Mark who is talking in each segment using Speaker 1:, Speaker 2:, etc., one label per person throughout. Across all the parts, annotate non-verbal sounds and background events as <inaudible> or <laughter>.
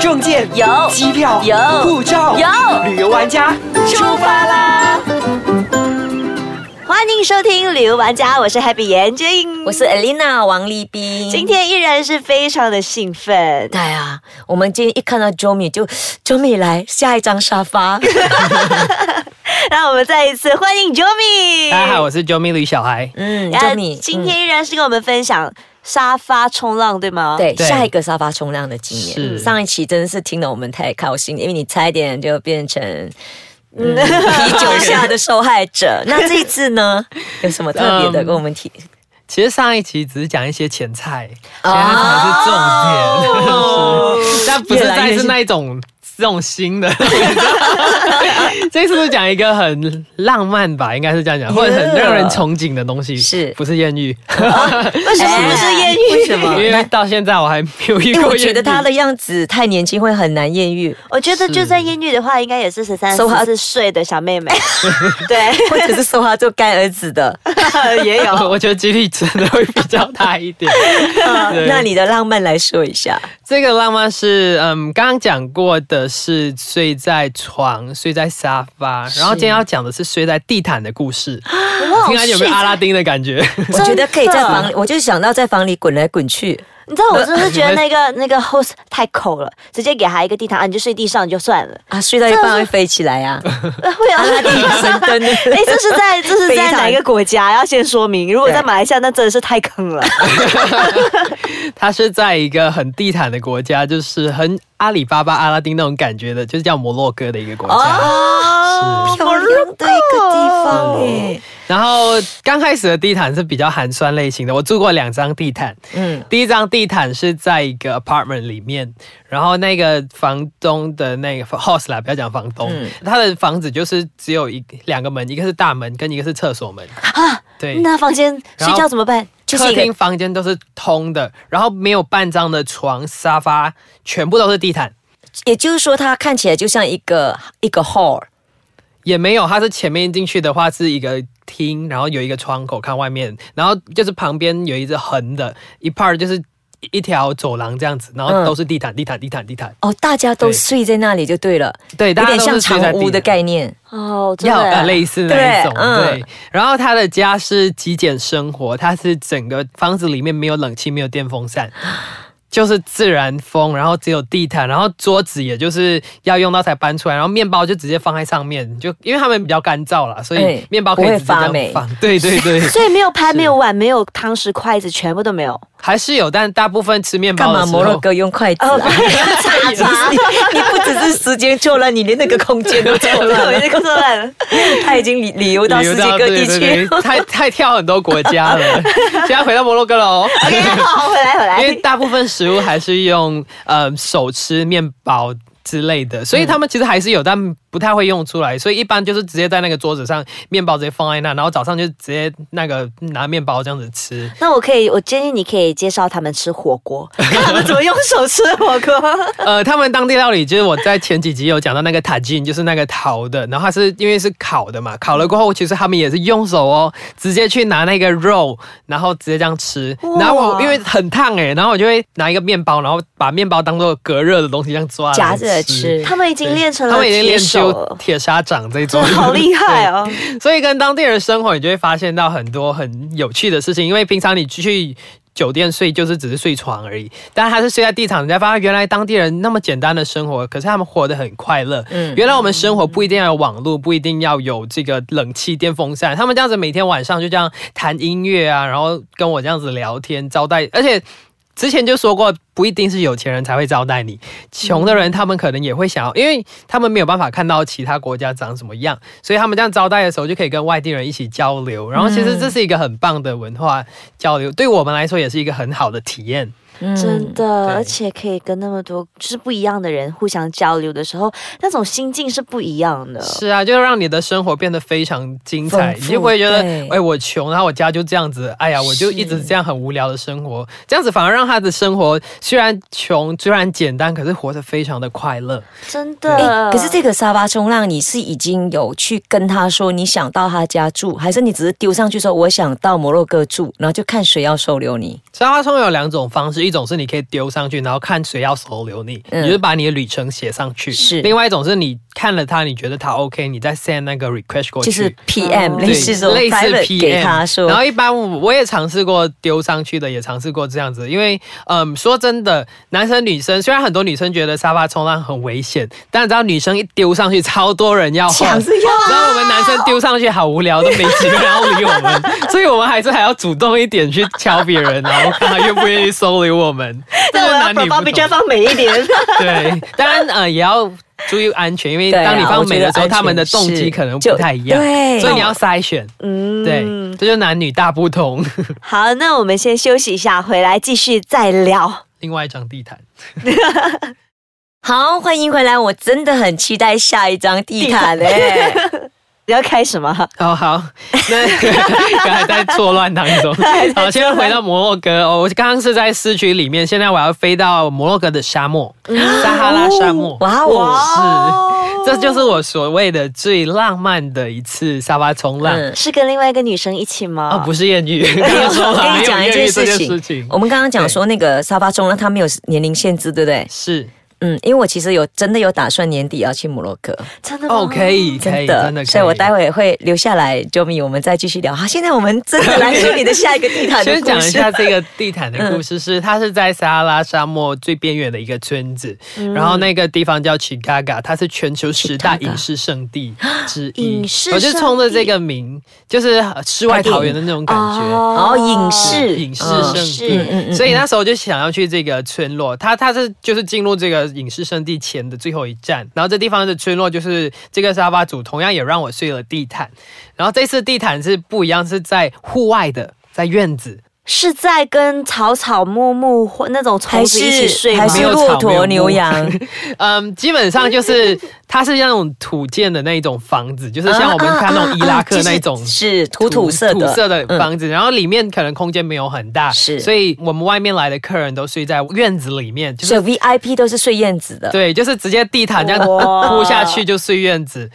Speaker 1: 证件
Speaker 2: 有
Speaker 1: 机票
Speaker 2: 有
Speaker 1: 护照
Speaker 2: 有
Speaker 1: 旅游玩家出发啦！
Speaker 3: 欢迎收听《旅游玩家》，我是 Happy 严静，
Speaker 2: 我是 Elena 王立斌。
Speaker 3: 嗯今天依然是非常的兴奋。
Speaker 2: 对啊，我们今天一看到 Jomi 就 Jomi 来下一张沙
Speaker 3: <laughs>
Speaker 2: 发，
Speaker 3: 让我们再一次欢迎 Jomi。
Speaker 4: 大家好，我是 Joey 吕小孩。
Speaker 2: 嗯
Speaker 3: 那
Speaker 2: ，Jomi
Speaker 3: 呃今天依然是跟我们分享沙发冲浪，对吗？。
Speaker 2: 嗯对
Speaker 4: 对
Speaker 2: 下一个沙发冲浪的经验，
Speaker 4: 是
Speaker 2: 上一期真的是听得我们太高兴，因为你差一点就变成。嗯啤酒下的受害
Speaker 3: <laughs>
Speaker 2: 者，那这一次呢，有什么特别的
Speaker 4: 嗯
Speaker 2: 跟我们提？
Speaker 4: 其实上一期只是讲一些前菜，
Speaker 2: 哦
Speaker 4: 其他才是重
Speaker 2: <laughs>
Speaker 4: 点。
Speaker 3: 哦
Speaker 4: 是但不是
Speaker 2: 越来
Speaker 4: 再
Speaker 2: 越
Speaker 4: 是那一种这种新的。 <laughs> 这次是讲一个很浪漫吧，应该是这样讲，或者很让人憧憬的东西。
Speaker 2: 嗯是
Speaker 4: 不是艳遇？
Speaker 3: 为什么不是艳遇？
Speaker 2: 为什么？
Speaker 4: <laughs> 因为到现在我还没有遇
Speaker 2: 因为
Speaker 4: 过
Speaker 2: 哎我
Speaker 4: 艳
Speaker 2: 觉
Speaker 4: 遇 <laughs>
Speaker 2: 得。他的样子太年轻，会很难艳遇，
Speaker 3: 我觉得就算艳遇的话，应该也是十三、
Speaker 2: So
Speaker 3: 十
Speaker 2: hot
Speaker 3: 四岁的小妹妹。对，
Speaker 2: 或者是收他做干儿子的。
Speaker 3: <laughs> 也有。
Speaker 4: <laughs> 我觉得几率真的会比较大
Speaker 2: <laughs>
Speaker 4: 一点。对
Speaker 2: 那你的浪漫来说一下，
Speaker 4: 这个浪漫是，嗯，刚刚讲过的是睡在床、睡在沙发，然后今天要讲的是睡在地毯的故事。听来有没有啊阿拉丁的感觉？ <laughs>
Speaker 2: 我觉得可以在房里，我就想到在房里滚来滚去。
Speaker 3: 你知道我真的是觉得那个那个 host 太抠了，直接给他一个地毯，啊，你就睡地上就算了。 <laughs>
Speaker 2: 啊，睡到一半会飞起来啊！
Speaker 3: 呃会有
Speaker 2: 阿拉丁与神灯
Speaker 3: <laughs>
Speaker 4: <laughs>
Speaker 3: 哎，这是在这是
Speaker 2: 非
Speaker 3: 在
Speaker 2: 常
Speaker 3: 哪一个国家？要先说明。如果在马来西亚，那真的是太坑了。
Speaker 4: 它是在一个很地毯的国家，就是很阿里巴巴、阿拉丁那种感觉的，就是叫摩洛哥的一个国家。
Speaker 3: 哦
Speaker 2: 哦漂亮的一个地方哎，
Speaker 4: 然后刚开始的地毯是比较寒酸类型的，我住过两张地毯。
Speaker 2: 嗯，
Speaker 4: 第一张地毯是在一个 apartment 里面，然后那个房东的那个 host 啦，不要讲房东，
Speaker 2: 嗯
Speaker 4: 他的房子就是只有一两个门，一个是大门，跟一个是厕所门。
Speaker 3: 啊，
Speaker 4: 对，
Speaker 3: 那房间睡
Speaker 4: 然后
Speaker 3: 觉怎么办？
Speaker 2: 就是一
Speaker 4: 客
Speaker 2: 个
Speaker 4: 厅、房间都是通的，然后没有半张的床、沙发，全部都是地毯，
Speaker 2: 也就是说，它看起来就像一个一个 hall，
Speaker 4: 也没有。它是前面进去的话是一个厅，然后有一个窗口看外面，然后就是旁边有一只横的，一 part 就是一一条走廊这样子，然后
Speaker 2: 嗯
Speaker 4: 都是地毯、地毯、地毯、地毯。
Speaker 2: 哦，大家都
Speaker 4: 对
Speaker 2: 睡在那里就对了，
Speaker 4: 对，
Speaker 2: 有
Speaker 4: 大家
Speaker 2: 点
Speaker 4: 都
Speaker 2: 像
Speaker 4: 是睡
Speaker 2: 长
Speaker 4: 在地
Speaker 2: 屋的
Speaker 4: 毯
Speaker 2: 概念。
Speaker 3: 哦，真
Speaker 4: 要呃
Speaker 3: 的。
Speaker 4: 类似那一种，
Speaker 2: 对嗯
Speaker 4: 对。然后他的家是极简生活，他是整个房子里面没有冷气，没有电
Speaker 2: <gasps>
Speaker 4: 风扇。就是自然风，然后只有地毯，然后桌子也就是要用到才搬出来，然后面包就直接放在上面，就因为他们比较干燥啦，所以
Speaker 2: 哎
Speaker 4: 面包可以
Speaker 2: 不会
Speaker 4: 直接这
Speaker 2: 发霉
Speaker 4: 样放。 <laughs> 对
Speaker 2: <laughs>
Speaker 4: 对对，
Speaker 3: <laughs> 所以没有盘，没有碗，没有汤匙、筷子，全部都没有。
Speaker 4: 还是有，但大部分吃面
Speaker 2: 干
Speaker 4: 包
Speaker 2: 嘛
Speaker 4: 的时
Speaker 2: 摩洛
Speaker 4: 候，
Speaker 2: 哥用筷子、啊？
Speaker 3: 哦
Speaker 4: 哦
Speaker 3: 叉叉，
Speaker 2: <laughs> 你不只是时间错乱，你连那个空间都错
Speaker 3: 对，我
Speaker 4: <laughs>
Speaker 2: 乱
Speaker 3: 已经
Speaker 2: 了。
Speaker 3: 做烂 <laughs> 了。
Speaker 2: 他已经旅旅游到世界各地
Speaker 4: 旅游
Speaker 2: 去。
Speaker 4: 到对对对太太跳很多国家
Speaker 2: <laughs>
Speaker 4: 了。现在回到摩洛哥了哦。 <laughs>
Speaker 3: OK，好，回啊来回
Speaker 4: 因为
Speaker 3: 来。
Speaker 4: 大部分食物还是用呃手吃面包之类的，所以他们其实还是有，但不太会用出来，所以一般就是直接在那个桌子上，面包直接放在那，然后早上就直接那个拿面包这样子
Speaker 2: <laughs>
Speaker 4: 吃。
Speaker 3: 那我可以，我建议你可以介绍他们吃火锅， <laughs> 看他们怎么用手吃火锅。
Speaker 4: 呃，他们当地料理就是我在前几集有讲到那个塔吉，就是那个桃的，然后它是因为是烤的嘛，烤了过后，其实他们也是用手哦，直接去拿那个肉，然后直接这样吃。然后我因为很烫诶、然后我就会拿一个面包，然后把面包当做隔热的东西这样抓来
Speaker 2: 夹着吃
Speaker 3: 他们已经练成了
Speaker 4: 他们已经
Speaker 3: 铁
Speaker 4: 练
Speaker 3: 手
Speaker 4: 就
Speaker 3: 了，
Speaker 4: 铁砂掌这种
Speaker 3: 真，的 <laughs> 好厉害哦！
Speaker 4: 对！ <laughs> 所以跟当地人生活，你就会发现到很多很有趣的事情。因为平常你去酒店睡，就是只是睡床而已，但他是睡在地毯，你才发现原来当地人那么简单的生活，可是他们活得很快乐。
Speaker 2: 嗯
Speaker 4: 原来我们生活不一定要有网络，不一定要有这个冷气、电风扇，他们这样子每天晚上就这样弹音乐啊，然后跟我这样子聊天招待，而且。之前就说过，不一定是有钱人才会招待你，穷的人他们可能也会想要，因为他们没有办法看到其他国家长什么样，所以他们这样招待的时候就可以跟外地人一起交流。然后其实这是一个很棒的文化交流，对我们来说也是一个很好的体验。
Speaker 3: 真
Speaker 2: 嗯，
Speaker 3: 的，
Speaker 4: 对
Speaker 3: 而且可以跟那么多就是不一样的人互相交流的时候，那种心境是不一样的。
Speaker 4: 是啊，就让你的生活变得非常精彩，
Speaker 2: 丰富
Speaker 4: 你就不会觉得，
Speaker 2: 对
Speaker 4: 哎、我穷，然后我家就这样子，哎呀，我就一直这样很无聊的生活，这样子反而让他的生活虽然穷，虽然简单，可是活得非常的快乐。
Speaker 3: 真
Speaker 2: 哎
Speaker 4: 呃
Speaker 3: 的。
Speaker 2: 可是
Speaker 4: <laughs>
Speaker 2: 这个沙发冲浪，你是已经有去跟他说你想到他家住，还是你只是丢上去说我想到摩洛哥住，然后就看谁要收留你？
Speaker 4: 沙发冲有两种方式，一种是你可以丢上去，然后看谁要收留你，
Speaker 2: 嗯
Speaker 4: 你就是把你的旅程写上去。
Speaker 2: 是
Speaker 4: 另外一种是你看了他，你觉得他 OK，你再 send 那个 request 过
Speaker 2: 就
Speaker 4: 去。
Speaker 2: 是 PM
Speaker 4: 嗯对
Speaker 2: 类似这种
Speaker 4: 类似
Speaker 2: private
Speaker 4: PM
Speaker 2: 给他说
Speaker 4: 然，后一般我我也尝试过丢上去的，也尝试过这样子，因为嗯，说真的，男生女生虽然很多女生觉得沙发冲浪很危险，但你知道女生一丢上去，超多人要换
Speaker 2: <laughs>
Speaker 1: 抢着要啊
Speaker 4: 然后我们男生丢上去好无聊，都没几个人要理我们，所以我们还是还要主动一点去敲别人，然后看他愿不愿意收留
Speaker 2: <laughs>
Speaker 4: 我们。这
Speaker 1: 那
Speaker 4: 是
Speaker 1: 我要
Speaker 4: 男女
Speaker 1: profile
Speaker 4: 不
Speaker 1: picture
Speaker 4: 同。
Speaker 1: 放美一点。
Speaker 4: 对，当然呃也要。注意安全，因为
Speaker 2: 对啊
Speaker 4: 当你
Speaker 2: 我
Speaker 4: 放
Speaker 2: 觉
Speaker 4: 美的
Speaker 2: 得
Speaker 4: 时候，
Speaker 2: 安
Speaker 4: 他们的
Speaker 2: 全
Speaker 4: 动机
Speaker 2: 是
Speaker 4: 可能
Speaker 2: 就
Speaker 4: 不太一样，
Speaker 2: 对
Speaker 4: 所以你要筛选。
Speaker 3: <laughs> 嗯
Speaker 4: 对，这就是男女大不同。 <laughs>
Speaker 3: 好，那我们先休息一下，回来继续再聊。
Speaker 4: 另外一张地毯，
Speaker 2: 好，欢迎回来，我真的很期待下一张地毯哎嘞。
Speaker 4: <laughs>
Speaker 3: 你要开始吗？
Speaker 4: 哦好，那 <laughs> 刚才在错乱当
Speaker 2: <laughs>
Speaker 4: 中，好，现在回到摩洛哥哦，我刚刚是在市区里面，现在我要飞到摩洛哥的沙漠，撒哈拉沙漠，
Speaker 2: 哇嗯哦，
Speaker 4: 是，这就是我所谓的最浪漫的一次沙发冲浪
Speaker 2: 嗯
Speaker 3: 是跟另外一个女生一起吗？
Speaker 4: 啊，不是
Speaker 2: <laughs>
Speaker 4: 艳遇，刚刚说
Speaker 2: 我
Speaker 4: 了
Speaker 2: 跟你
Speaker 4: 没
Speaker 2: 哎讲
Speaker 4: 有
Speaker 2: 一
Speaker 4: 艳
Speaker 2: 件
Speaker 4: 遇
Speaker 2: 事
Speaker 4: 这件
Speaker 2: 情，
Speaker 4: 事情，
Speaker 2: 我们刚刚讲说那个沙发冲浪，它没有年龄限制，对不对？
Speaker 4: 是
Speaker 2: 嗯，因为我其实有真的有打算年底要去摩洛哥，
Speaker 3: 真的吗
Speaker 4: 哦，可以，可以，真的可以，
Speaker 2: 所以我待会会留下来 j o m y 我们再继续聊。好，现在我们真的来说你的下一个地毯的
Speaker 4: 先讲
Speaker 2: 故
Speaker 4: 一
Speaker 2: 事。嗯
Speaker 4: 下这个地毯的故事是，它是在撒哈拉沙漠最边缘的一个村子，
Speaker 2: 嗯
Speaker 4: 然后那个地方叫 Chicago，它是全球十大
Speaker 2: Chicago
Speaker 4: 影视圣地之一。
Speaker 3: 影视
Speaker 4: 我就冲着这个名，就是世外桃源的那种感觉。
Speaker 2: 哦影视
Speaker 4: 是影视圣地，
Speaker 3: 嗯
Speaker 2: 嗯嗯
Speaker 4: 所以那时候就想要去这个村落。它它是就是进入这个影视圣地前的最后一站，然后这地方的村落就是这个沙发主同样也让我睡了地毯，然后这次地毯是不一样，是在户外的，在院子。
Speaker 3: 是在跟草草木木或那种虫
Speaker 2: 还
Speaker 3: 子一起
Speaker 2: 是
Speaker 3: 睡吗
Speaker 2: 还？是
Speaker 4: 没有
Speaker 2: 骆
Speaker 4: 草没有
Speaker 2: 驼、
Speaker 4: 木
Speaker 2: 牛羊，
Speaker 4: 嗯，基本上就是它是那种土建的那一种房子， <laughs> 就是
Speaker 2: 啊
Speaker 4: 像我们看那种伊拉克那一种
Speaker 2: 啊啊啊就是是土土色的嗯
Speaker 4: 土色的房子，然后里面可能空间没有很大，
Speaker 2: 是
Speaker 4: 所以我们外面来的客人都睡在院子里面，就
Speaker 2: 所以
Speaker 4: 是
Speaker 2: VIP 都是睡燕子的。
Speaker 4: 对，就是直接地毯这样
Speaker 3: 哇
Speaker 4: 铺下去就睡院子。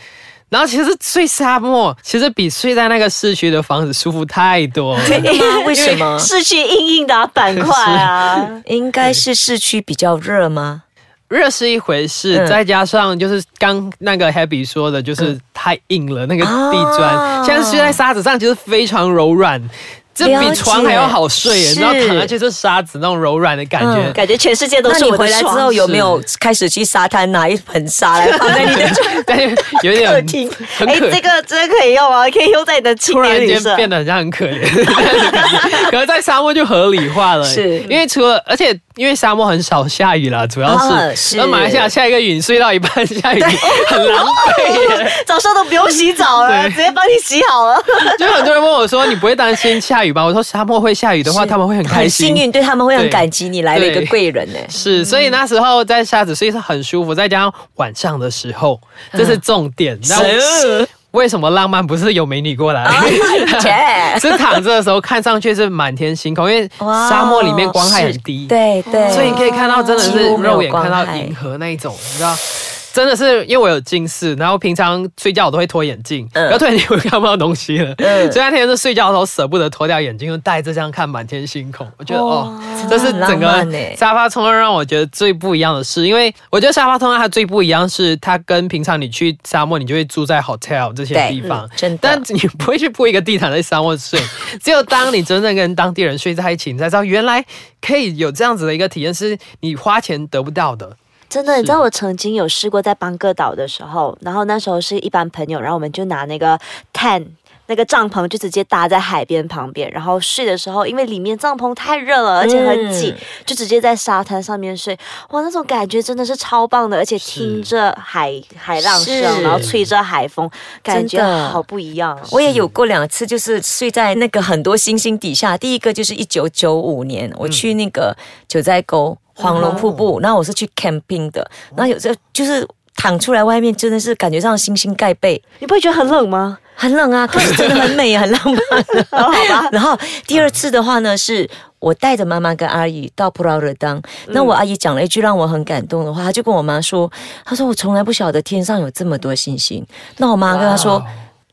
Speaker 4: 然后其实睡沙漠，其实比睡在那个市区的房子舒服太多了。
Speaker 2: 真的吗？ <laughs> 为什么？
Speaker 3: 市区硬硬的啊板块
Speaker 4: <laughs>
Speaker 3: 啊，
Speaker 2: <laughs> 应该是市区比较热吗？
Speaker 4: 热是一回事，
Speaker 2: 嗯
Speaker 4: 再加上就是刚那个 Happy 说的，
Speaker 3: 嗯
Speaker 4: 就是太硬了，那个地
Speaker 2: 哦
Speaker 3: 啊
Speaker 4: 砖，像睡在沙子上，其实非常柔软，这
Speaker 2: 了
Speaker 4: 比
Speaker 2: 解
Speaker 4: 床还要好睡耶。
Speaker 2: 是
Speaker 4: 然后躺下去是沙子那种柔软的感觉。
Speaker 2: 嗯
Speaker 3: 感觉全世界都
Speaker 2: 那
Speaker 3: 是
Speaker 2: 你
Speaker 3: 我的
Speaker 2: 回来之
Speaker 3: 床
Speaker 2: 后有没有开始去沙滩拿一盆沙来放在你
Speaker 4: <laughs>
Speaker 2: 的床？
Speaker 4: 但是有点
Speaker 3: 嗯 <laughs> 客厅
Speaker 4: 很
Speaker 3: 哎，
Speaker 4: 可
Speaker 3: 这个真的可以用啊，可以用在你的青
Speaker 4: <laughs> 突
Speaker 3: 年
Speaker 4: 然
Speaker 3: 旅
Speaker 4: 间
Speaker 3: 社。
Speaker 4: 变得好像很可 <laughs> 怜，可是在沙漠就合理化了，
Speaker 2: 是
Speaker 4: 因为除了而且因为沙漠很少下雨啦，主要
Speaker 2: 啊
Speaker 4: 是，
Speaker 2: 是
Speaker 4: 然后马来西亚下一个雨睡到一半下雨，很狼狈耶。
Speaker 3: 早上都不用洗澡了，
Speaker 4: <laughs> 对
Speaker 3: 直接帮你洗好了。
Speaker 4: <laughs> 就很多人问我说：“你不会担心下雨吗？”我说：“沙漠会下雨的话，
Speaker 2: 是
Speaker 4: 他们会很开
Speaker 2: 很
Speaker 4: 心。”
Speaker 2: 幸运，嗯对他们会很感激你来了一个
Speaker 4: 对
Speaker 2: 贵人呢、
Speaker 4: 是，所以那时候在沙子睡是很舒服，再加上晚上的时候，
Speaker 2: 嗯
Speaker 4: 这是重点。那我为什么浪漫不是有美女过来？
Speaker 2: 哦
Speaker 4: <laughs>
Speaker 2: 切
Speaker 4: 是躺着的时候看上去是满天星空，因为
Speaker 2: 哇
Speaker 4: 沙漠里面光害很低，，
Speaker 2: 对对，
Speaker 4: 所以你可以看到真的
Speaker 2: 几
Speaker 4: 是
Speaker 2: 乎没有
Speaker 4: 肉眼看到
Speaker 2: 光害
Speaker 4: 银河那一种，你知道。真的是因为我有近视，然后平常睡觉我都会脱眼镜，
Speaker 2: 嗯
Speaker 4: 然后突然间我看不到东西了，
Speaker 2: 嗯
Speaker 4: 所以那天是睡觉的时候舍不得脱掉眼镜，就戴着这样看满天星空。我觉得哦，这是
Speaker 2: 真
Speaker 4: 整
Speaker 2: 的很浪
Speaker 4: 个
Speaker 2: 漫欸
Speaker 4: 沙发冲浪让我觉得最不一样的事，因为我觉得沙发冲浪它最不一样是它跟平常你去沙漠，你就会住在 hotel 这些
Speaker 2: 对嗯
Speaker 4: 地方，
Speaker 2: 真的
Speaker 4: 但你不会去铺一个地毯在沙漠睡， <laughs> 只有当你真正跟当地人睡在一起，你才知道原来可以有这样子的一个体验，是你花钱得不到
Speaker 2: <laughs>
Speaker 4: 的。
Speaker 3: <laughs> 真的，你知道我曾经有试过在邦哥岛的时候，然后那时候是一般朋友，然后我们就拿那个 tent。那个帐篷就直接搭在海边旁边，然后睡的时候，因为里面帐篷太热了，而且很挤，
Speaker 2: 嗯
Speaker 3: 就直接在沙滩上面睡。哇，那种感觉真的是超棒的，而且
Speaker 4: 是
Speaker 3: 听着海海浪声
Speaker 2: 是，
Speaker 3: 然后吹着海风，感觉
Speaker 2: 真的
Speaker 3: 好不一样。哦
Speaker 2: 我也有过两次，就是睡在那个很多星星底下。第一个就是一九九五年，我去那个九寨沟黄龙瀑布，那、我是去 camping 的，然后有时候就是躺出来外面，真的是感觉上星星盖被，
Speaker 3: 你不会觉得很冷吗？
Speaker 2: 很冷
Speaker 3: <laughs>
Speaker 2: 啊，可是真的很美，很浪漫、啊
Speaker 3: 哦好吧
Speaker 2: 然后第二次的话呢，是我带着妈妈跟阿姨到普拉热当，
Speaker 3: 嗯
Speaker 2: 那我阿姨讲了一句让我很感动的话，她就跟我妈说，她说我从
Speaker 3: 哦
Speaker 2: 来不晓得天上有这么多星星。那我妈跟她说，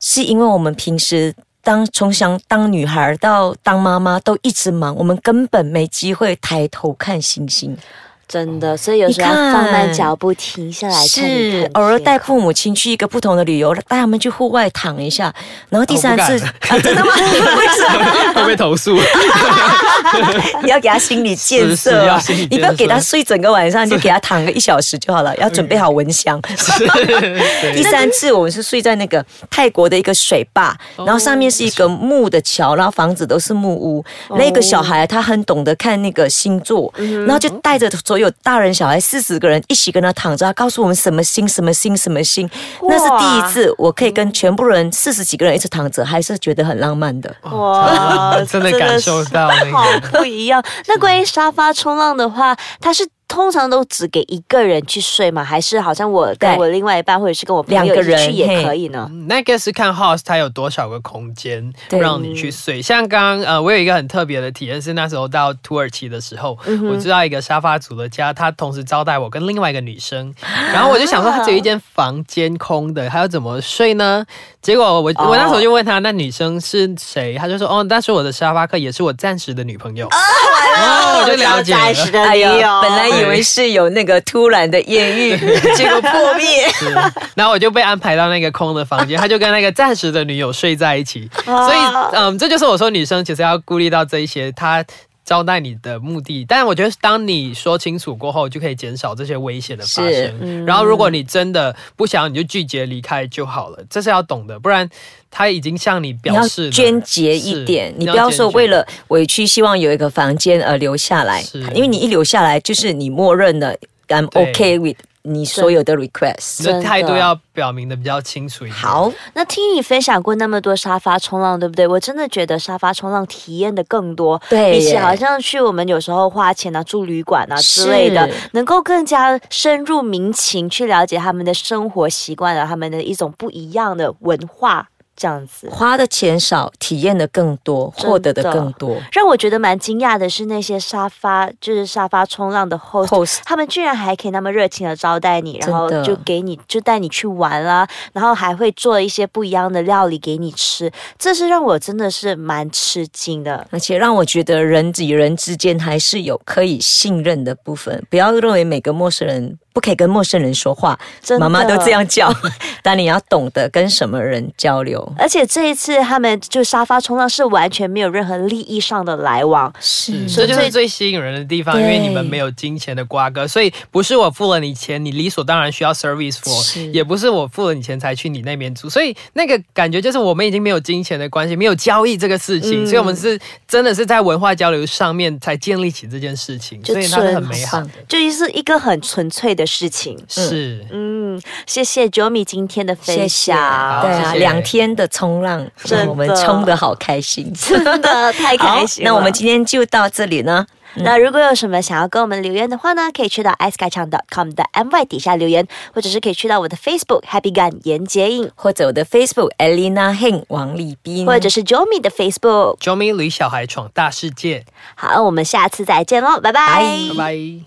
Speaker 2: 是因为我们平时当从想当女孩到当妈妈都一直忙，我们根本没机会抬头看星星。
Speaker 3: 真的，所以有时候要
Speaker 2: 你看
Speaker 3: 放慢脚步，停下来看一看
Speaker 2: 哦是
Speaker 3: 天，
Speaker 2: 偶尔带
Speaker 3: 空
Speaker 2: 父母亲去一个不同的旅游，带他们去户外躺一下。然后第三
Speaker 4: 哦我不
Speaker 2: 次啊，真
Speaker 4: <laughs>
Speaker 2: 的吗？ <laughs> 为什么？
Speaker 4: 会被投诉。
Speaker 2: 你 <laughs> 要给他心理建
Speaker 4: 是是
Speaker 2: 设
Speaker 4: 要
Speaker 2: 啊
Speaker 4: 心理建设，
Speaker 2: 你不要给他睡整个晚上，你就给他躺个一小时就好
Speaker 4: <laughs>
Speaker 2: 了。要准备好蚊香。 <laughs> 第三次我们是睡在那个泰国的一个水坝，
Speaker 4: 哦
Speaker 2: 然后上面是一个木的桥，然后房子都是木屋。
Speaker 4: 哦
Speaker 2: 那个小孩他很懂得看那个星座，
Speaker 4: 嗯
Speaker 2: 然后就带着所有大人小孩四十个人一起跟他躺着，他告诉我们什么星什么星什么星。那是第一次，我可以跟全部人四十几个人一起躺着，还是觉得很浪漫的。哦
Speaker 3: 哇
Speaker 4: <laughs> 真的感受到那个
Speaker 3: 哦好不一样。那关于沙发冲浪的话，它是通常都只给一个人去睡吗？还是好像我跟
Speaker 2: 对
Speaker 3: 我另外一半，或者是跟我朋友
Speaker 2: 两个
Speaker 3: 一起去
Speaker 2: 人
Speaker 3: 也
Speaker 2: 嘿
Speaker 3: 可以呢？
Speaker 4: 那个是看 house 它有多少个空间
Speaker 2: 对
Speaker 4: 让你去睡。像刚刚呃，我有一个很特别的体验是那时候到土耳其的时候，我知道一个沙发组的家，他同时招待我跟另外一个女生，然后我就想说，他只有一间房间空的，他要怎么睡呢？结果我、我那时候就问他，那女生是谁？他就说，哦，那是我的沙发客，也是我暂时的女朋友。哦，我就了解了。
Speaker 3: 时的
Speaker 2: 哎
Speaker 3: 理
Speaker 2: 呀，
Speaker 3: 由
Speaker 2: 本来以为是有那个突然的艳
Speaker 4: <laughs>
Speaker 2: 遇，结果破灭。
Speaker 4: 是然后我就被安排到那个空的房间，他就跟那个暂时的女友睡在一起。
Speaker 2: 哦
Speaker 4: 所以，嗯，这就是我说女生其实要顾虑到这一些，她招待你的目的。但我觉得，当你说清楚过后，就可以减少这些危险的发
Speaker 2: 是嗯
Speaker 4: 生。然后，如果你真的不想，你就拒绝离开就好了，这是要懂的，不然他已经向你
Speaker 2: 你要
Speaker 4: <laughs> 表示了
Speaker 2: 捐洁一点
Speaker 4: 是，
Speaker 2: 你不要说
Speaker 4: 坚决
Speaker 2: 为了委屈，希望有一个房间而留下来
Speaker 4: 是，
Speaker 2: 因为你一留下来，就是你默认的，I'm
Speaker 4: 对
Speaker 2: OK with 你所有的 request。
Speaker 4: 你的态度
Speaker 3: 真的
Speaker 4: 要表明的比较清楚一点。
Speaker 2: 好，
Speaker 3: 那听你分享过那么多沙发冲浪，对不对？我真的觉得沙发冲浪体验的更多，
Speaker 2: 对
Speaker 3: 比起
Speaker 2: 耶
Speaker 3: 好像去我们有时候花钱啊、住旅馆啊之类的
Speaker 2: 是，
Speaker 3: 能够更加深入民情，去了解他们的生活习惯啊，他们的一种不一样的文化，这样子。
Speaker 2: 花的钱少，体验的更多，
Speaker 3: 真的
Speaker 2: 获得的更多。
Speaker 3: 让我觉得蛮惊讶的是，那些沙发就是沙发冲浪的 host，
Speaker 2: host
Speaker 3: 他们居然还可以那么热情的招待你，然
Speaker 2: 真的
Speaker 3: 后就给你就带你去玩啦、然后还会做一些不一样的料理给你吃，这是让我真的是蛮吃惊的。
Speaker 2: 而且让我觉得人与人之间还是有可以信任的部分，不要认为每个陌生人不可以跟陌生人说话
Speaker 3: 真，的
Speaker 2: 妈妈都这样叫， <laughs> 但你要懂得跟什么人交流。
Speaker 3: 而且这一次他们就沙发冲浪是完全没有任何利益上的来往，
Speaker 2: 是
Speaker 4: 嗯这就是最吸引人的地方，因
Speaker 2: 对
Speaker 4: 为你们没有金钱的瓜葛，所以不是我付了你钱，你理所当然需要 service for，也不是我付了你钱才去你那边住，所以那个感觉就是我们已经没有金钱的关系，没有交易这个事情，所以我们是真的是在文化交流上面才建立起这件事情，
Speaker 3: 就
Speaker 4: 所以它是很
Speaker 3: 纯
Speaker 4: 美好嗯的。
Speaker 3: 就是一个很纯粹的事情。
Speaker 4: 是，
Speaker 3: 嗯，谢谢 Jomi 今天的分
Speaker 2: 谢谢，对
Speaker 3: 享，
Speaker 2: 啊
Speaker 4: 谢，谢
Speaker 2: 两天的冲浪，
Speaker 3: 真的
Speaker 2: 让我们冲的好开
Speaker 3: <laughs>
Speaker 2: 心。
Speaker 3: 真的太
Speaker 2: 好
Speaker 3: 开，心了。
Speaker 2: 那我们今嗯天就到这里呢。
Speaker 3: 那如果有什么想要跟我们留言的话呢，可以去到 i c e g a c h a n g c o m 的 my 底下留言，或者是可以去到我的 Facebook Happy Gun 严洁颖，
Speaker 2: 或者我的 Facebook Elena Heng 王立斌，
Speaker 3: 或者是 Jomi 的 Facebook。
Speaker 4: j o m i 李小孩闯大世界，
Speaker 3: 好，我们下次再见喽，拜拜
Speaker 4: 拜拜。